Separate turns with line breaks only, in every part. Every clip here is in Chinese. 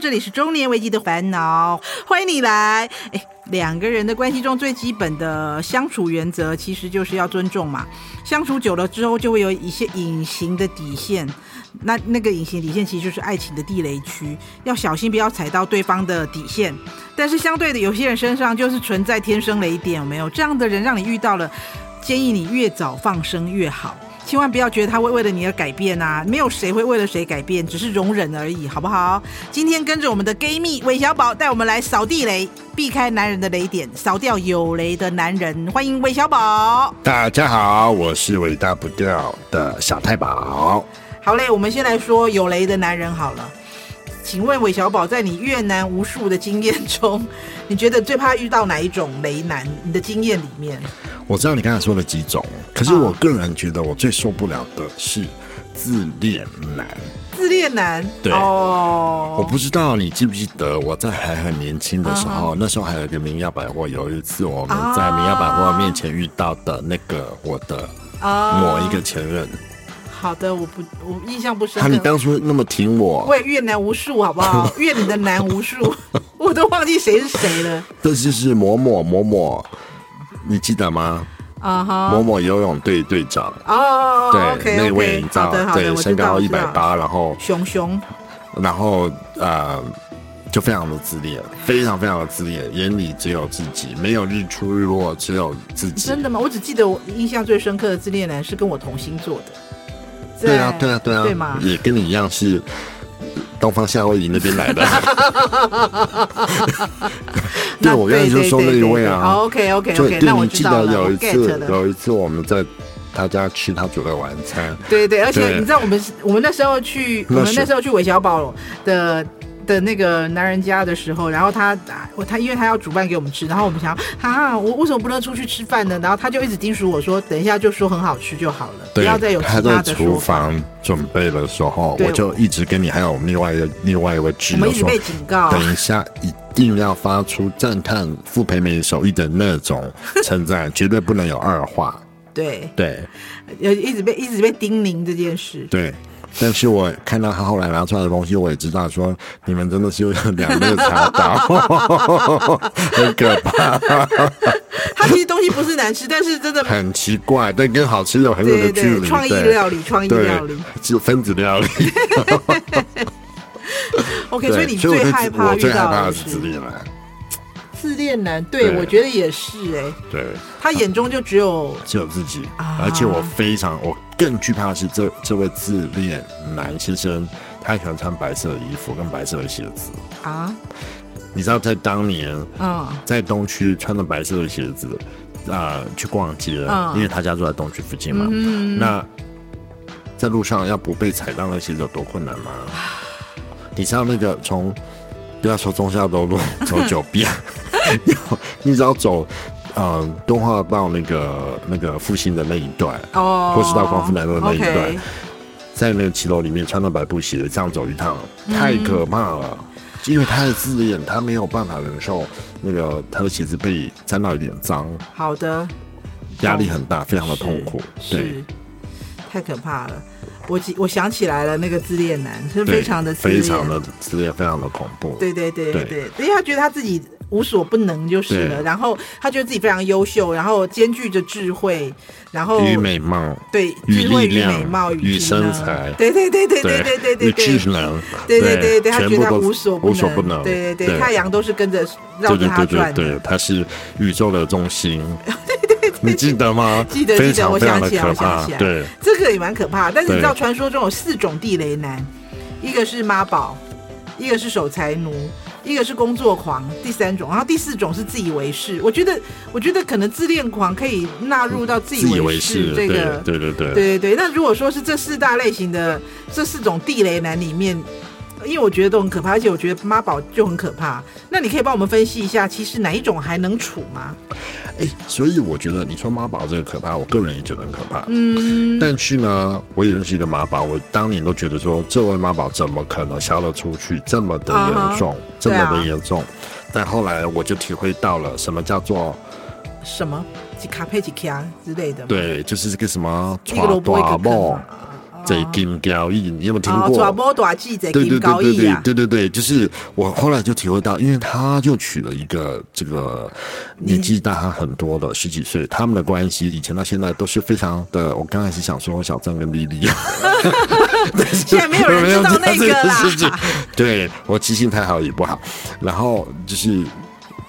这里是中年危机的烦恼，欢迎你来。哎，两个人的关系中最基本的相处原则，其实就是要尊重嘛。相处久了之后，就会有一些隐形的底线。那那个隐形底线其实就是爱情的地雷区，要小心不要踩到对方的底线。但是相对的，有些人身上就是存在天生雷点，有没有？这样的人让你遇到了，建议你越早放生越好，千万不要觉得他会为了你而改变啊！没有谁会为了谁改变，只是容忍而已，好不好？今天跟着我们的 gay 蜜韦小宝带我们来扫地雷，避开男人的雷点，扫掉有雷的男人。欢迎韦小宝。
大家好，我是伟大不掉的小太保。
好嘞，我们先来说有雷的男人好了。请问韦小宝，在你越南无数的经验中，你觉得最怕遇到哪一种雷男？你的经验里面，
我知道你刚才说了几种，可是我个人觉得我最受不了的是自恋男。
自恋男，
对
哦，
我不知道你记不记得，我在还很年轻的时候，那时候还有一个明耀百货，有一次我们在明耀百货面前遇到的那个我的
啊
某一个前任，
好的，我不，我印象不深
他
刻。
你当初那么挺我，
喂，越南无数，好不 好？越你的男无数，我都忘记谁是谁了。
这就是某某某某，你记得吗？
啊哈，
某某游泳队队长。
哦，
对，
OK，
那位你知道
好的，好，的，
对，
我知
身
道，
高
我
一
知
百
道。
八，然后
熊熊，
然后呃，就非常的自恋，非常非常的自恋，眼里只有自己，没有日出日落，只有自己
真。的吗？我只记得我印象最深刻的自恋男是跟我同星座的。
对啊，对啊，对啊，
对嘛？
也跟你一样是东方夏威夷那边 来的。对，我刚才就说那一位啊，
OK OK
就
OK，
对
那我
你
知
记
道
得
了，
有
我
一
get
次，
了。
有一次我们在他家吃他煮的晚餐，
对对，而且
对
你知道我们我们那时候去，我
那
们
是
那时候去韦小宝的。的那个男人家的时候，然后他啊我他因为他要煮饭给我们吃，然后我们想要啊，我为什么不能出去吃饭呢？然后他就一直叮嘱我说，等一下就说很好吃就好了，不
对
要再有其
他在
他的
厨
说法。
房准备的时候，
对
我就一直跟你还有我们另外一个另外一位
我
挚
们
友
一直
说
被，警告，
等一下一定要发出赞叹傅培梅手艺的那种称赞，绝对不能有二话。
对，
对
呃，一直被一直被叮咛这件事。
对。但是我看到他后来拿出来的东西，我也知道说你们真的是有两肋插 刀，很可怕，
他其实东西不是难吃，但是真的
很奇怪，但跟好吃有很远
对
的距
对，
离。
创意
对
料理，创意
对
料理。，
就分子料理。
OK，所以你
对，所以我
最
就
害怕
我
遇
最害
到
怕的
的
是自恋男。
自恋男，对
对
我觉得也是哎、
对。
他眼中就只有
只有自己
啊，
而且我非常，我更惧怕的是这这位自恋男先生，他喜欢穿白色的衣服跟白色的鞋子。
啊，
你知道，在当年
嗯
在东区穿着白色的鞋子，啊、去逛街，
嗯
因为他家住在东区附近嘛。
嗯，
那在路上要不被踩到的鞋子有多困难 吗？你知道那个从不要说忠孝 东路走九遍， 要你只要走嗯、呃东化到那个那个复兴的那一段，
哦，
或是到光复南路那一
OK
段在那个骑楼里面穿了白布鞋这样走一趟，太可怕了。因为他的自恋，他没有办法忍受那个他的鞋子被沾到一点脏，
好的，
压力很大，非常的痛苦。
是
对，
是太可怕了。我记，我想起来了，那个自恋男是
对
非常的自恋，
非常的自恋，非常的恐怖。
对对对对
对
对，因为他觉得他自己无所不能就是了，
对
然后他觉得自己非常优秀，然后兼具着智慧，然后
与美貌，
对
与
智慧
力
与
量
美貌
与
体
身
能
材
对对对对对对对对
与
对。
智能，
对对对对，他
全
觉
部
得他
都
无所
无
不
所
能，
不能。
对对对，太阳都是跟着绕着他
对对对
转
对
的。
对，他是宇宙的 中心。你记得吗？
记得
非
记得我
常
想
非常的
起来
可
我想
怕
起。来
对，
这个也蛮可怕的。但是你
对
知道，传说中有四种地雷男，一个是妈宝，一个是守财奴，一个是工作狂，第三种，然后第四种是自以为是。我觉得，我觉得可能自恋狂可以纳入到自
自以为
是
是。
这
对
个。
对对
对
对。
对对，那如果说是这四大类型的这四种地雷男里面，因为我觉得都很可怕，而且我觉得妈宝就很可怕。那你可以帮我们分析一下，其实哪一种还能处吗？
哎，所以我觉得你说妈宝这个可怕，我个人也觉得很可怕。
嗯，
但是呢，我也认识一个妈宝，我当年都觉得说，这位妈宝怎么可能消得出去这么的严重这
对啊
么的严重？但后来我就体会到了什么叫做
什么几卡佩几卡之类的吗，
对，就是这个什么
一个萝卜一个
爪
坑
爪梦
嘛。
贼金交易，你有没有听
哦，
过？
爪波短记贼
对
金
对
高
对对
义
对
啊，
对对对，就是我后来就体会到，因为他就娶了一个这个年纪大他很多的十几岁，他们的关系以前到现在都是非常的。我刚开始想说小张跟莉莉，
现在没有人知道那个
没有这个事
啦。
情对我记性太好也不好，然后就是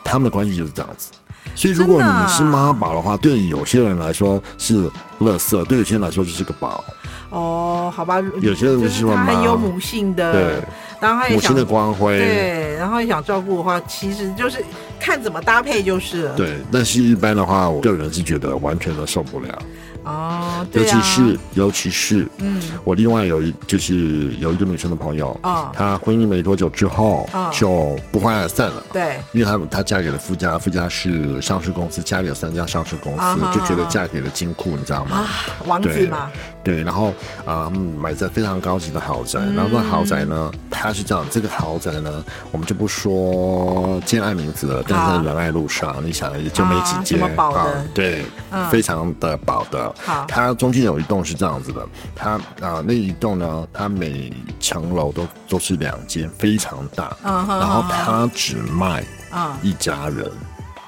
他们的关系就是这样子。所以，如果
真的啊
你是妈宝的话，对有些人来说是乐色，对有些人来说就是个宝。
哦，好吧，
有些人
就
就是喜欢
他
妈
很有母性的
对，
然后他也
母亲
想
的光辉，
对，然后也想照顾的话，其实就是看怎么搭配就是了。
对，但是一般的话，我个人是觉得完全的受不了，
哦，
尤
对啊，
其是尤其是
嗯
我另外有一就是有一个女生的朋友，
哦
她婚姻没多久之后
哦
就不欢而散了。
对
因为她她嫁给了富家，富家是上市公司，家里有三家上市公司
啊哈，
就觉得
哈
嫁给了金库，你知道吗
啊？，王子
对
嘛，
对，然后啊、嗯买在非常高级的豪宅，然后那豪宅呢，
嗯
它是这样，这个豪宅呢，我们就不说建案名字了，但
好
是仁爱路上，你想也就没几
啊
间
什么宝的
对，
嗯
非常的保的。
好
它中间有一栋是这样子的，它啊、那一栋呢，它每层楼都都是两间，非常大，
嗯哼
然后
哼
它只卖
嗯
一家人，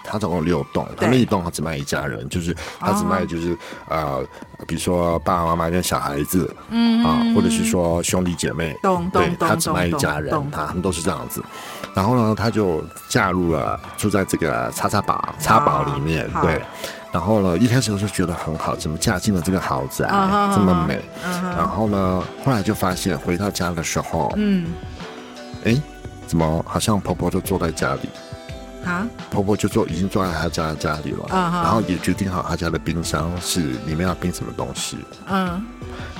他总共六栋，他
对哦
那一栋他只卖一家人，就是他只卖就是、呃，比如说爸爸妈妈跟小孩子，嗯啊、或者是说兄弟姐妹，
懂
对
懂，懂
他只卖一
懂
家人
懂，
他他们都是这样子。然后呢，他就嫁入了住在这个叉叉堡叉堡里面，
啊好
对。然后呢，一开始我就觉得很好，怎么嫁进了这个豪宅，
嗯哼
这
嗯
么
哼
美。
嗯哼
然后呢，后来就发现回到家的时候，
嗯
哎，怎么好像婆婆就坐在家里。
啊，
婆婆就坐已经坐在她家的家里了，
嗯哼
然后也决定好她家的冰箱是里面要冰什么东西，
嗯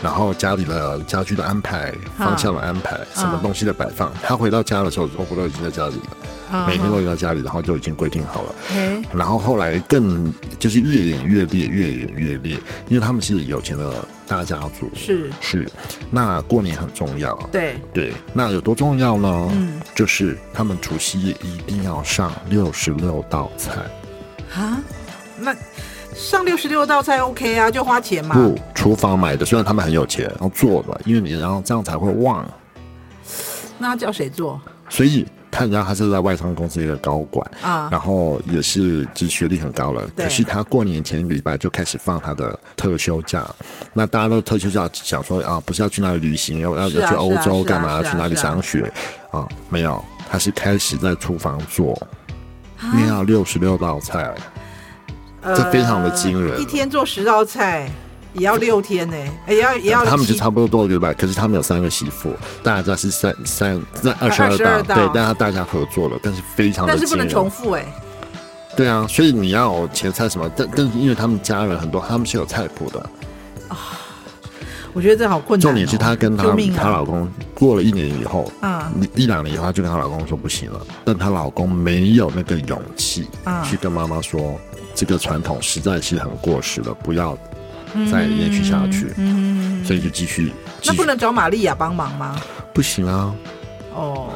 然后家里的家具的安排、
嗯
方向的安排、什么东西的摆放。她回到家的时候，婆婆都已经在家里了，
嗯，
每天都已经在家里，然后就已经规定好了。
嘿
然后后来更就是越演越烈，越演越烈，因为他们是有钱的大家族，
是
是。那过年很重要，
对，
对，那有多重要呢？
嗯
就是他们除夕夜一定要上六十六道菜。
啊，那上六十六道菜 OK 啊，就花钱嘛。
不，厨房买的，虽然他们很有钱，然后做的，因为你然后这样才会忘。
那他叫谁做
所以看人家他是在外商公司里的高管，
啊？
然后也是就是学历很高了，
对
可是他过年前一个礼拜就开始放他的特休假。那大家都特休假想说啊，不是要去哪里旅行，要要
是啊
要去欧
是啊
洲干
是啊
嘛？
是啊
去哪里
是啊
赏雪啊？没有，他是开始在厨房做，
啊
因为要六十六道菜。这非常的惊人
呃一天做十道菜也要六天呢、也要也要
他们就
七
差不多多了一个礼拜，可是他们有三个媳妇，大家是三三那二十二
22
道，
道
对，但他大家合作了，但是非常的
但是不
惊
能
人，
重复哎、
对啊，所以你要有前菜什么，但但是因为他们家人很多，他们是有菜谱的，
嗯我觉得这好困难哦、
重点是她跟她
救命啊
她老公过了一年以后，
嗯
一一两年以后，她就跟她老公说不行了，但她老公没有那个勇气
嗯
去跟妈妈说，这个传统实在是很过时了，不要再延续下去，
嗯，
所以就继续，继
那
续
不能找玛利亚帮忙吗？
不行啊，
哦，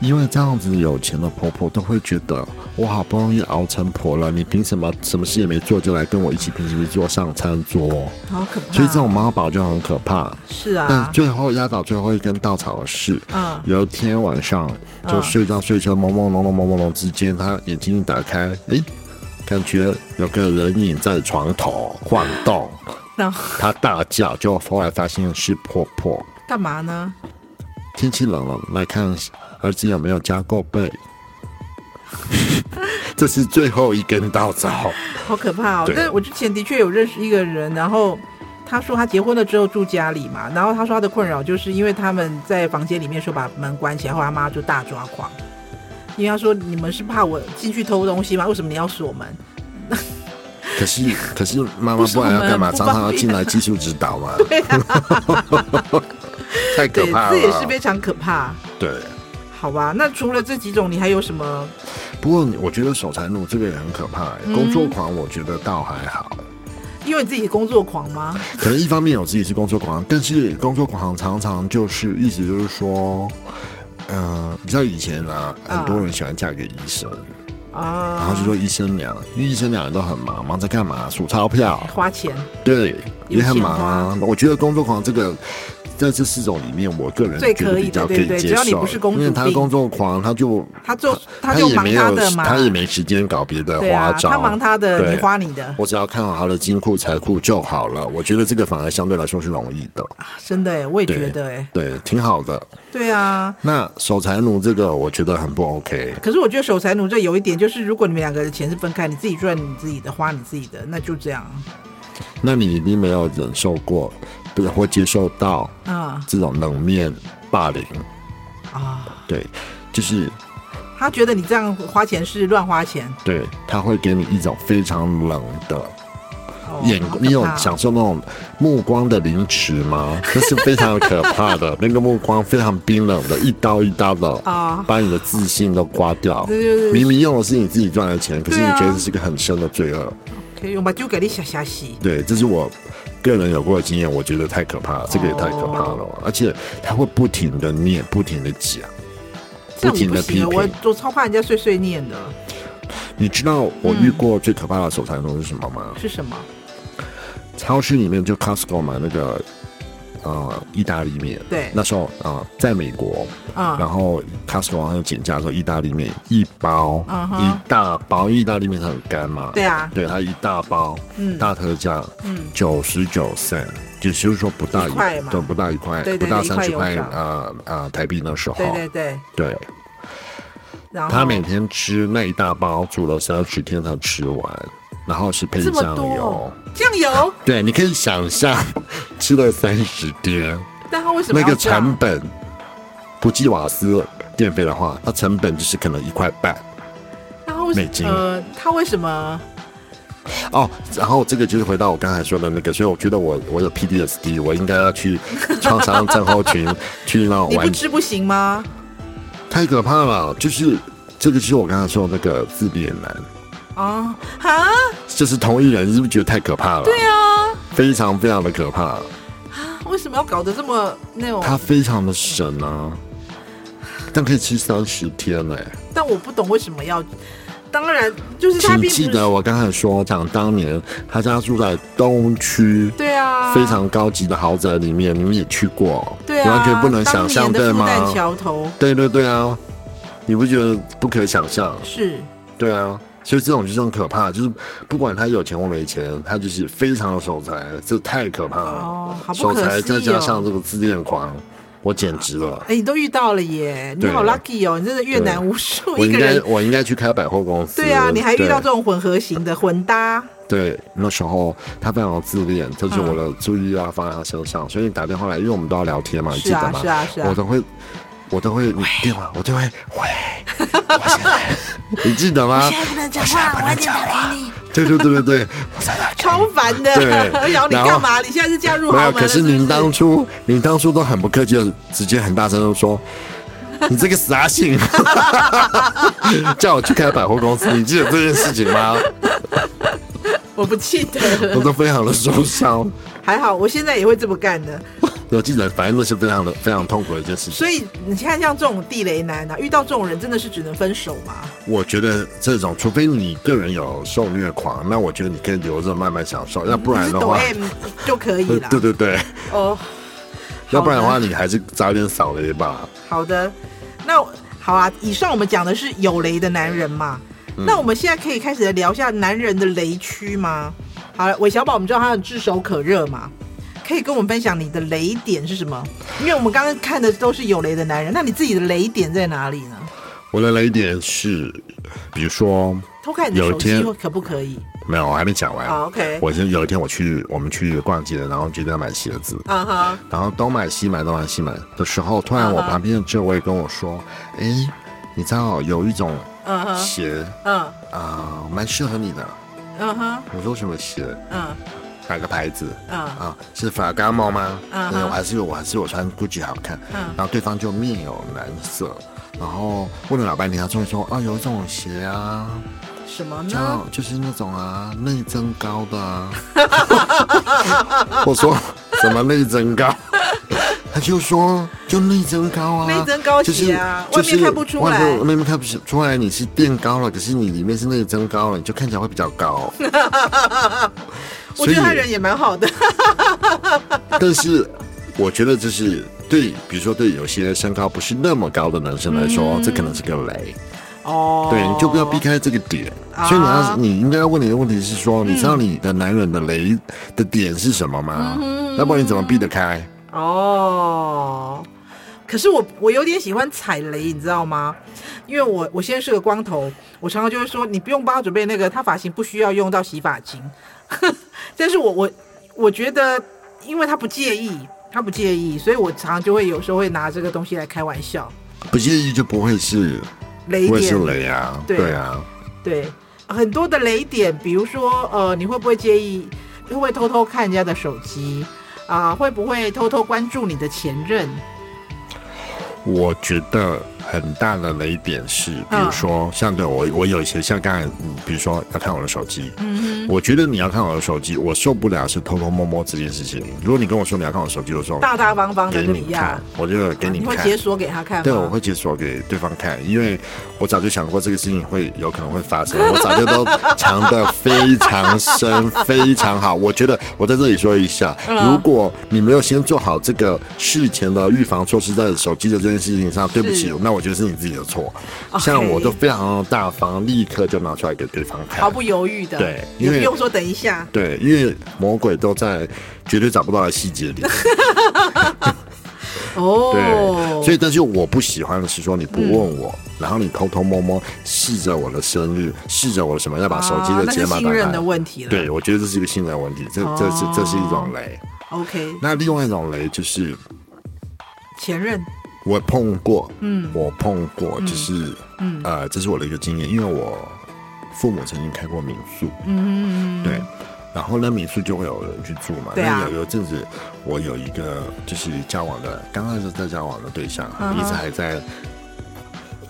因为这样子有钱的婆婆都会觉得，我好不容易熬成婆了，你凭什么什么事也没做就来跟我一起平时做上餐桌？
好可怕。
所以这种妈宝就很可怕。
是
但
啊，
最后压倒最后一根稻草的是，
嗯
有一天晚上就睡觉睡着朦朦胧胧朦朦胧之间，她眼睛一打开，诶，感觉有个人影在床头晃动，
然后
她大叫，结果后来发现是婆婆。
干嘛呢？
天气冷了，来看儿子有没有加够被。 这是最后一根稻草，
好可怕哦！
对
但我之前的确有认识一个人，然后他说他结婚了之后住家里嘛，然后他说他的困扰就是因为他们在房间里面说把门关起来，后来他妈就大抓狂，因为他说你们是怕我进去偷东 西吗？为什么你要锁门？
可是可是妈妈不然要干嘛？
不
常
爽啊
常要进来技术指 导嘛，太可
对，
怕
这也是
了。
非常可怕。
对，
好吧，那除了这几种，你还有什么？
不过我觉得守财奴这个人很可怕、欸，
嗯
工作狂我觉得倒还好，
因为你自己工作狂吗？
可能一方面我自己是工作狂，但是工作狂常常就是呃意思就是说，嗯、你知道以前啊，很多人喜欢嫁给医生，然后
啊
就，说医生娘，因为医生娘也都很忙，忙着干嘛？数钞票，
花钱
对，
有
也很
钱
忙啊。我觉得工作狂这个。在这四种里面，我个人
最
觉得
可以
比较
的
可
对
以
对对
接
只要你
受
不是，公
因为
主
他
病
工作狂，他就
他就他就
也
忙
没
他
有
的嘛
他也没时间搞别的
对
花
啊，
招，
他忙他的，
对
你花你的，
我只要看好他的金库财库就好了。我觉得这个反而相对来说是容易的，
真的哎，我也
对
觉得哎，
对，挺好的。
对啊。
那守财奴这个我觉得很不 OK，
可是我觉得守财奴这有一点就是，如果你们两个的钱是分开，你自己赚你自己的，花你自己的，那就这样
那你一定没有忍受过，不是或接受到
啊
这种冷面霸凌，
啊！
对，就是
他觉得你这样花钱是乱花钱，
对他会给你一种非常冷的
哦
眼
好可，
你有
怕哦
享受那种目光的凌迟吗？ 那是非常可怕 的，那个目光非常冰冷的，一刀一刀的
啊
把你的自信都刮掉。
这就是
明明用的是你自己赚的钱，可是你
对啊
觉得这是个很深的罪恶。
可以，我们就给你写下戏。
对，这是我个人有过的经验，我觉得太可怕了，这个也太可怕
哦
了。而且他会不停的念，不停的讲，
这样我
不停
不
的批
行，我
评。
我超怕人家碎碎念的，
你知道我遇过最可怕的手残奴是什么吗？
是什么？
超市里面就 Costco 买那个呃意大利面，
对
那时候呃在美国，然
啊
后 Costco 好像减价的时候，意大利面一包、
嗯哼
一大包，意大利面很干嘛，
对啊
对它一大包，
嗯
大特价，
嗯，
九十九 cent，也就是说不大
一块嘛
对，不大一块，
对对
不大
一
三
块
十
有
块
找
啊啊台币那时候，
对对对，
对
然后
他每天吃那一大包，煮了三十天才吃完，然后是配
这么
酱油
多。酱油，
对，你可以想象 吃了三十天，
但他为什么
那
要
个
这样
成本，不计瓦斯电费的话，它成本就是可能一块半
然后为什
美金
呃，他为什么
哦。然后这个就是回到我刚才说的那个，所以我觉得我我有 PDSD，我应该要去创伤症候 群去那种
你不
玩，
吃不行吗？
太可怕了。就是这个，就是我刚才说的那个自闭眼男，
啊哈，
就是同一人，你是不是觉得太可怕了？
对啊，
非常非常的可怕，
为什么要搞得这么那种？
他非常的神啊，但可以吃三十天欸嘞、
但我不懂为什么要。当然，就是他
请
并不
记
是
得我刚才说，想当年他家住在东区。
对啊，
非常高级的豪宅里面，你们也去过，
对啊，
完全不能想
当
象，对
年的复
吗？
旦桥头
对对对啊，你不觉得不可想象？
是
对啊，所以这种就是很可怕，就是不管他有钱或没钱，他就是非常的守财，这太可怕了。
哦，好不
守
可
财
思
呃再
议
加上
哦！
这个自恋狂，我简直了。
哎、你都遇到了耶，你
对
好 lucky 哦！你真的越南无数
我
一
应
个
该
人，
我应该去开百货公司。
对啊，你还遇到
对
这种混合型的混搭，
对，那时候他非常的自恋，就是我的注意力要放在他身上，所以你打电话来，因为我们都要聊天嘛，你记
是
得
啊
吗？
是啊是啊
我都会，我都会，你电话我都会喂， 我现在你记得吗？
不能讲话，我要讲话，
对对对对对，我在那
超烦的。
对
咬你
然后
干嘛？你现在是嫁入
没
豪
有，
门了
可是
不
您当初，您当初都很不客气的，直接很大声 的说：“你这个死阿信， 叫我去开百货公司，你记得这件事情 吗
我不记得
我，都非常的受伤，
还好我现在也会这么干的。
我记得，反正那是非常的非常痛苦的一件事情。
所以你看，像这种地雷男啊，遇到这种人真的是只能分手吗？
我觉得这种，除非你个人有受虐狂，那我觉得你可以留着慢慢享受，要不
就
然
是
的
抖
话，呃。
M 就可以了
对 对对，
哦，
要不然的话，你还是早点扫雷吧。
好的，那好啊，以上我们讲的是有雷的男人嘛，
嗯
那我们现在可以开始聊一下男人的雷区吗？好了，韦小宝，我们知道他很炙手可热嘛，可以跟我们分享你的雷点是什么？因为我们刚刚看的都是有雷的男人，那你自己的雷点在哪里呢？
我的雷点是，比如说，
偷看你的
有
手机
天
会可不可以？
没有，我还没讲完。
好，OK，
我是有一天我去我们去逛街，然后决定要买鞋子，
啊哈，
然后东买西买东买西买的时候，突然我
啊哈
旁边的这位跟我说：“诶，你知道有一种
嗯哼，
鞋
嗯
啊、蛮适合你的。
嗯哼，”
我说：“什么鞋？
嗯
哪个牌子？”
嗯
啊，是 Ferragamo 吗？
嗯
对，
哼
我还是有，我还是有穿 Gucci 好看。
嗯
然后对方就面有难色，然后问了老半天，他终于说：“啊，有一种鞋啊，
嗯什么
就
呢？
就是那种啊，内增 高的啊。” 我说：“什么内增高？”他就说就内增高啊，
内增高
就是
起啊
就是
外面看不出来
外面外面看不出来你是变高了，可是你里面是内增高了，你就看起来会比较高。
我觉得
所以
他人也蛮好的，
但是我觉得这是对，比如说对有些身高不是那么高的男生来说，
嗯
这可能是个雷。
哦，
对，你就不要避开这个点。
啊嗯
所以你要，你应该要问你的问题是说，你知道你的男人的雷的点是什么吗？要不然你怎么避得开？
哦。可是我我有点喜欢踩雷，你知道吗？因为我我现在是个光头，我常常就会说你不用帮我准备那个，他发型不需要用到洗发精。 但是我我我觉得，因为他不介意，他不介意，所以我常常就会有时候会拿这个东西来开玩笑，
不介意就不会是，
雷
不会是
点
雷啊，
对
对啊。
对，很多的雷点，比如说，呃，你会不会介意？会不会偷偷看人家的手机？啊、会不会偷偷关注你的前任？
我觉得很大的雷点是，比
嗯
如说像对我，我有一些像刚才，嗯比如说要看我的手机，嗯，我觉得你要看我的手机，我受不了是偷偷摸摸这件事情。如果你跟我说你要看我手机，我说
大大方方的
给
跟
你
你
看
呀，，
我就给
你
你
会
看
解，锁给他看吗？
对，我会解锁给对方看，因为我早就想过这个事情会有可能会 发生，我早就都藏得非常深，非常好。我觉得我在这里说一下，
嗯
如果你没有先做好这个事前的预防措施，在手机的这件事情上，对不起
是，
那我觉得是你自己的错。
OK
像我都非常大方，立刻就拿出来给对方看
毫。不犹豫的，
对
也
因
不
为
用说等一下。
对，因为魔鬼都在绝对找不到的细节里。
哦，
对，所以但是我不喜欢的是说你不问我，
嗯
然后你偷偷摸摸试着我的生日，试着我什么要把手机
啊
的
那
解
是
码
信
打
任的
开。
问题了。啊哦
对，我觉得这是一个信任问题，这这是这是一种雷。
，OK，
那另外一种雷就是
前任，
我碰过，
嗯
我碰过，就是
嗯
呃，这是我的一个经验，因为我父母曾经开过民宿，
嗯，
对，然后呢，民宿就会有人去住嘛。
对啊
那有有一阵子，我有一个就是交往的，刚开始在交往的对象，啊
嗯哼
一直还在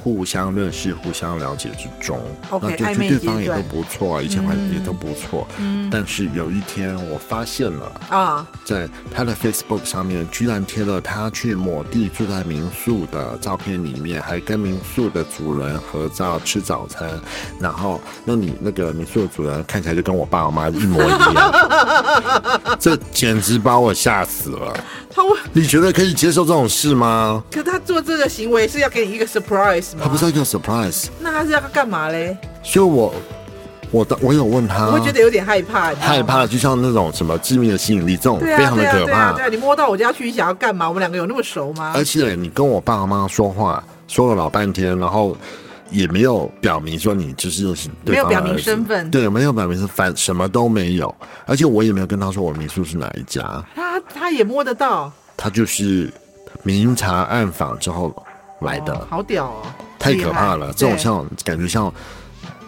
互相认识、互相了解之中。
OK，
那就
暧
对
昧
对
阶
方也都
段嗯
不错，啊，以前还也都不错。但是有一天，我发现了，
啊，
在他的 Facebook 上面居然贴了他去某地住在民宿的照片，里面还跟民宿的主人合照吃早餐，然后那你那个民宿的主人看起来就跟我爸我妈一模一样， 这简直把我吓死了！
他会，
你觉得可以接受这种事吗？
可他做这个行为是要给你一个 surprise 吗？
他不是，要给我 surprise，
那他是要干嘛嘞？
所以我我当我有问他，
我会觉得有点害怕，你知道吗
啊害怕，就像那种什么致命的吸引力这种
对
非
啊，
常的
对啊，
可
对
怕
啊，。对啊，你摸到我家去，你想要干嘛？我们两个有那么熟吗？
而且你跟我爸妈说话说了老半天，然后也没有表明说你就是认识对方的
没有表明
儿子
身份
对，没有表明是反什么都没有，而且我也没有跟他说我民宿是哪一家，
他他也摸得到，
他就是明察暗访之后来的，
哦好屌哦，
太可怕
厉
了，
害
这种像感觉像。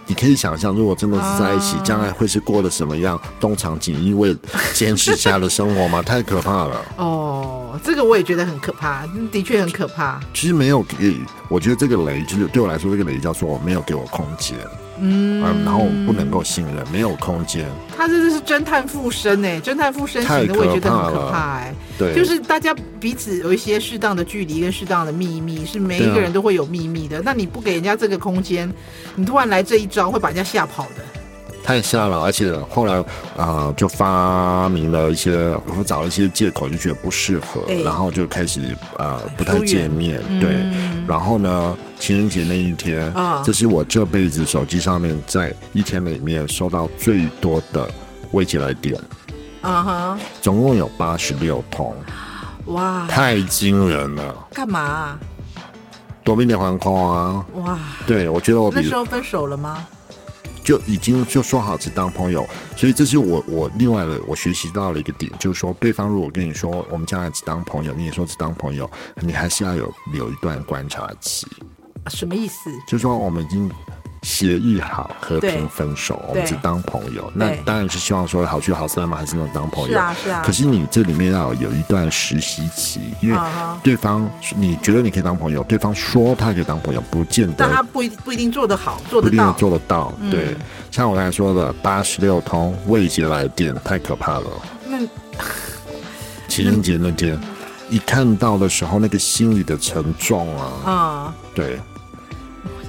你可以想象，如果真的是在一起，
啊
将来会是过得什么样？东厂锦衣卫监视下的生活吗？太可怕了。
对哦，这个我也觉得很可怕，嗯的确很可怕。
其实没有给，我觉得这个雷就是对我来说，这个雷叫做没有给我空间，嗯然后不能够信任，没有空间，
他这是侦探附身哎、侦探附身型
太
的
可
我也觉得很
怕
可
了
怕哎、
对，
就是大家彼此有一些适当的距离跟适当的秘密，是每一
对啊
个人都会有秘密的。那你不给人家这个空间，你突然来这一招，会把人家吓跑的。
太吓了，而且后来啊、呃就发明了一些，我找了一些借口，就觉得不适合，
哎
然后就开始啊、呃不太
疏远
见面，对。
嗯
然后呢，情人节那一天，
啊
这是我这辈子手机上面在一天里面收到最多的未接来电，
啊哈，
总共有八十六通，
哇，
太惊人了。
干嘛啊、
夺命连环扣啊！
哇，
对，我觉得我
那
比
时候分手了吗？
就已经就说好只当朋友，所以这是我我另外的我学习到了一个点，就是说对方如果跟你说我们将来只当朋友，你也说只当朋友，你还是要有留一段观察期，
啊什么意思？
就是说我们已经协议好和
对
平分手，我们只当朋友，那
对
当然是希望说好聚好散嘛，还是能当朋友。
是啊，是啊。
可是你这里面要有一段实习期，因为
啊哈
对方你觉得你可以当朋友，对方说他可以当朋友，不见得
但他不一不嗯一定做得好，做
不
得
一定
到。
做得到。对，像我刚才说的，八十六通未接来电太可怕了。
那
情人节那天，一看到的时候，那个心里的沉重啊，
嗯，
对，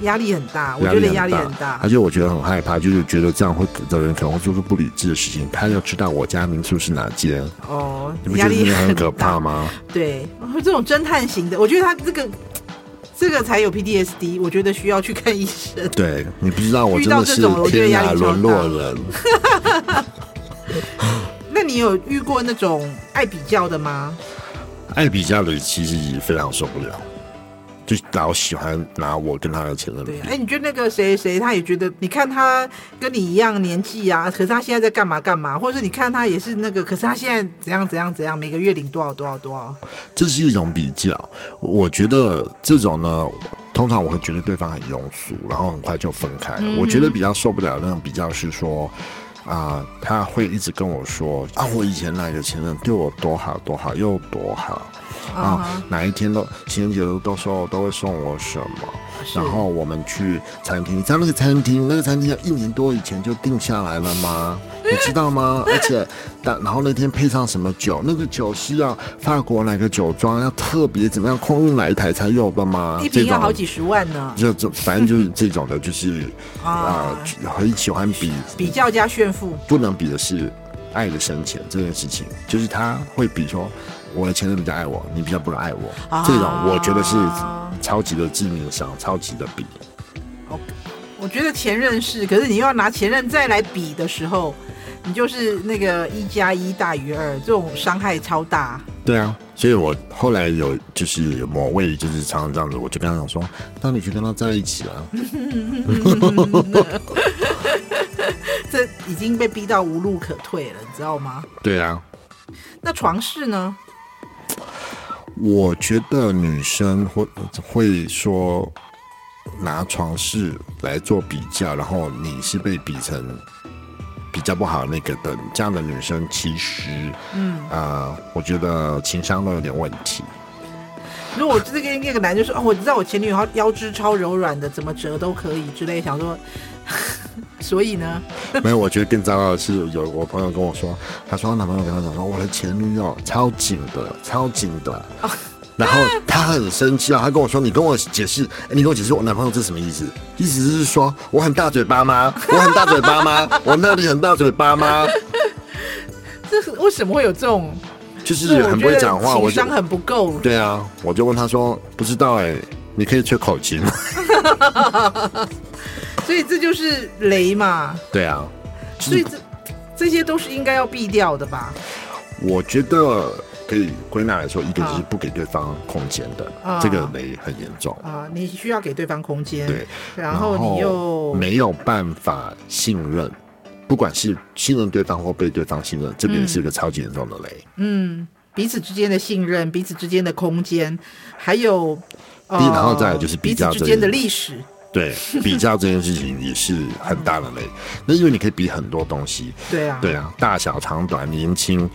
压力很大，我觉得压力很大
而。且我觉得很害怕，就是觉得这样会的人可能会做出不理智的事情。他要知道我家民宿是哪间，
哦
你，不觉
压
得这
力
个很
大
可怕吗？
对，这种侦探型的，我觉得他这个这个才有 PTSD，我觉得需要去看医生。
对你不知道我
遇
真
到
的
这
是
种我觉得
天
压力
涯
超
沦
大
落人，
那你有遇过那种爱比较的吗？
爱比较的人其实也非常受不了，就老喜欢拿我跟他的前任比
对，哎、你觉得那个谁谁，他也觉得，你看他跟你一样年纪啊，可是他现在在干嘛干嘛，或者是你看他也是那个，可是他现在怎样怎样怎样，每个月领多少多少多少，
这是一种比较。我觉得这种呢，通常我会觉得对方很庸俗，然后很快就分开。我觉得比较受不了那种比较是说。啊、他会一直跟我说啊，我以前那个前任对我多好多好又多好啊哪一天都情人节都都说都会送我什么，
是
然后我们去餐厅，你知道那个餐厅，那个餐厅要一年多以前就定下来了 吗？你知道吗？而且，但然后那天配上什么酒，那个酒是要法国哪个酒庄要特别怎么样空运哪一台才有的吗？
一
这
瓶
种
要好几十万呢，
就就反正就是这种的，就是啊
啊，
很喜欢比
比较加炫富，
不能比的是爱的深浅这件事情，就是他会比说我的前任比较爱我，你比较不能爱我，
啊
这种我觉得是超级的致命伤，超级的比。
我觉得前任是，可是你又要拿前任再来比的时候，你就是那个一加一大于二，这种伤害超大。
对啊，所以我后来有就是某位就是常常这样子，我就跟他讲说，那你去跟他在一起啊，
这已经被逼到无路可退了，你知道吗？
对啊，
那床事呢？
我觉得女生会会说拿床事来做比较，然后你是被比成比较不好那个的，这样的女生其实，嗯啊、我觉得情商都有点问题。
如果我这个那个男就说，哦，我知道我前女友她腰肢超柔软的，怎么折都可以之类，想说， 所以呢，
没有，我觉得更糟糕的是，有我朋友跟我说，他说她男朋友跟他讲说，我的前女友超紧的，超紧的。
哦
然后他很生气啊，他跟我说：“你跟我解释，哎你跟我解释我男朋友这什么意思？意思是说我很大嘴巴吗？我很大嘴巴吗？我那里很大嘴巴吗？
这是为什么会有这种？
就是很不会讲话。”
我
我
觉得
就
情商很不够。
对啊，我就问他说：“不知道哎、你可以吹口 琴吗
所以这就是雷嘛，？”
对啊，就
所以
是
这这些都是应该要避掉的吧？
我觉得可以归纳来说，一个就是
啊
不给对方空间的，
啊
这个雷很严重。
啊、你需要给对方空间，
对，
然后你又
没有办法信任，不管是信任对方或被对方信任，这个也是一个超级严重的雷。
嗯，彼此之间的信任，彼此之间的空间，还有，呃
第一然后再来就是
彼
比
此
较
之
这
间
一
的
类
历史，
对，比较这件事情也是很大的雷。 那因为你可以比很多东西，
对啊，
对啊，大小、长短、年轻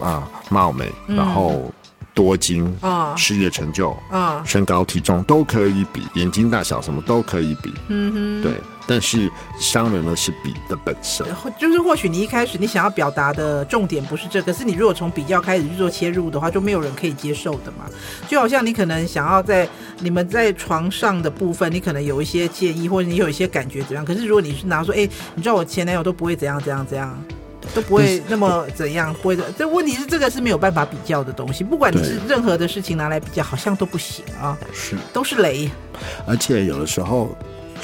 啊、貌美，然后多金、
嗯啊
事业成就、
啊，
身高、体重都可以比，眼睛大小什么都可以比。
嗯
对，但是伤人的是比的本身。
哼，或就是或许你一开始你想要表达的重点不是这个，可是你如果从比较开始去做切入的话，就没有人可以接受的嘛。就好像你可能想要在你们在床上的部分，你可能有一些建议，或者你有一些感觉怎样，可是如果你是拿说，哎、你知道我前男友都不会怎样怎样怎样。都不
但
会
是
那么怎样，不会的。这问题是这个是没有办法比较的东西，不管你是任何的事情拿来比较，好像都不行啊，
是。
都是雷。
而且有的时候，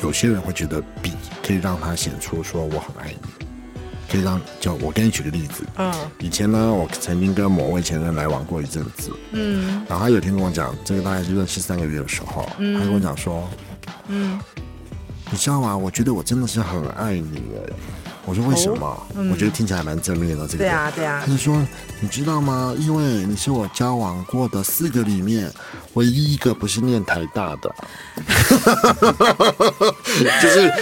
有些人会觉得比可以让他显出说我很爱你，可以让就我给你举个例子，
嗯
以前呢，我曾经跟某位前任来往过一阵子，
嗯
然后他有一天跟我讲，这个大概是认识三个月的时候，他跟我讲说，
嗯，
你知道吗？我觉得我真的是很爱你耶。我说为什么？我觉得听起来蛮正面的这个
哦嗯对
人。
啊对啊
他，就说：“你知道吗？因为你是我交往过的四个里面唯一一个不是念台大的， 就是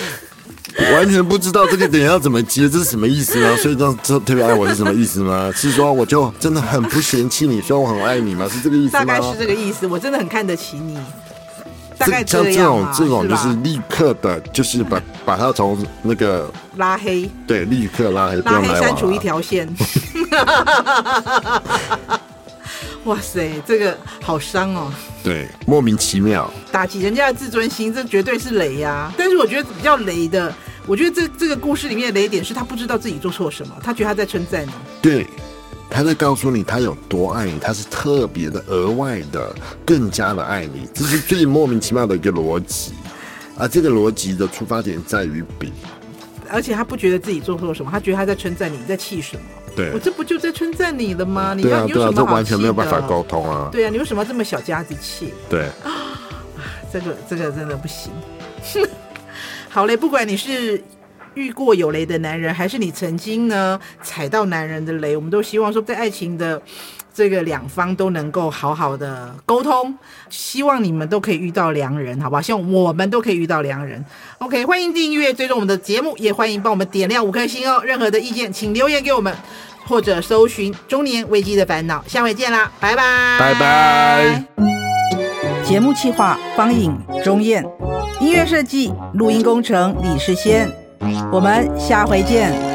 完全不知道这个点要怎么接，这是什么意思啊呢？所以这这特别爱我是什么意思吗？是说我就真的很不嫌弃你，说我很爱你吗？是这个意思
大
吗？
概是这个意思。我真的很看得起你，大概
像这
样
种
嘛，
这种就是是
吧
立刻的，就是把把他从那个
拉黑，
对立啊刻拉黑，不
拉
用
黑
来往
删除一
了。
条线。哇塞，这个好伤哦，
对，莫名其妙。
打击人家的自尊心，这绝对是雷呀、但是我觉得比较雷的，我觉得这这个故事里面的雷点是他不知道自己做错什么，他觉得他在称赞你。
对，他在告诉你他有多爱你，他是特别的、额外的、更加的爱你，这是最莫名其妙的一个逻辑。而这个逻辑的出发点在于比，
而且他不觉得自己做错了什么，他觉得他在称赞你，你在气什么？
对
我这不就在称赞你了吗？你
对
要、
啊，
你有
对
什
啊，这
么好
完全没有
气
办法
的
沟通啊，
对啊，你为什么要这么小家子气？
对，
这个这个真的不行。 好嘞，不管你是遇过有雷的男人，还是你曾经呢踩到男人的雷，我们都希望说在爱情的这个两方都能够好好的沟通，希望你们都可以遇到良人，好不好？希望我们都可以遇到良人。OK，欢迎订阅，追踪我们的节目，也欢迎帮我们点亮五颗星哦。任何的意见，请留言给我们，或者搜寻“中年危机的烦恼”。下回见啦，拜拜，
拜拜。
节目企划方颖、钟燕，音乐设计、录音工程李世先。我们下回见。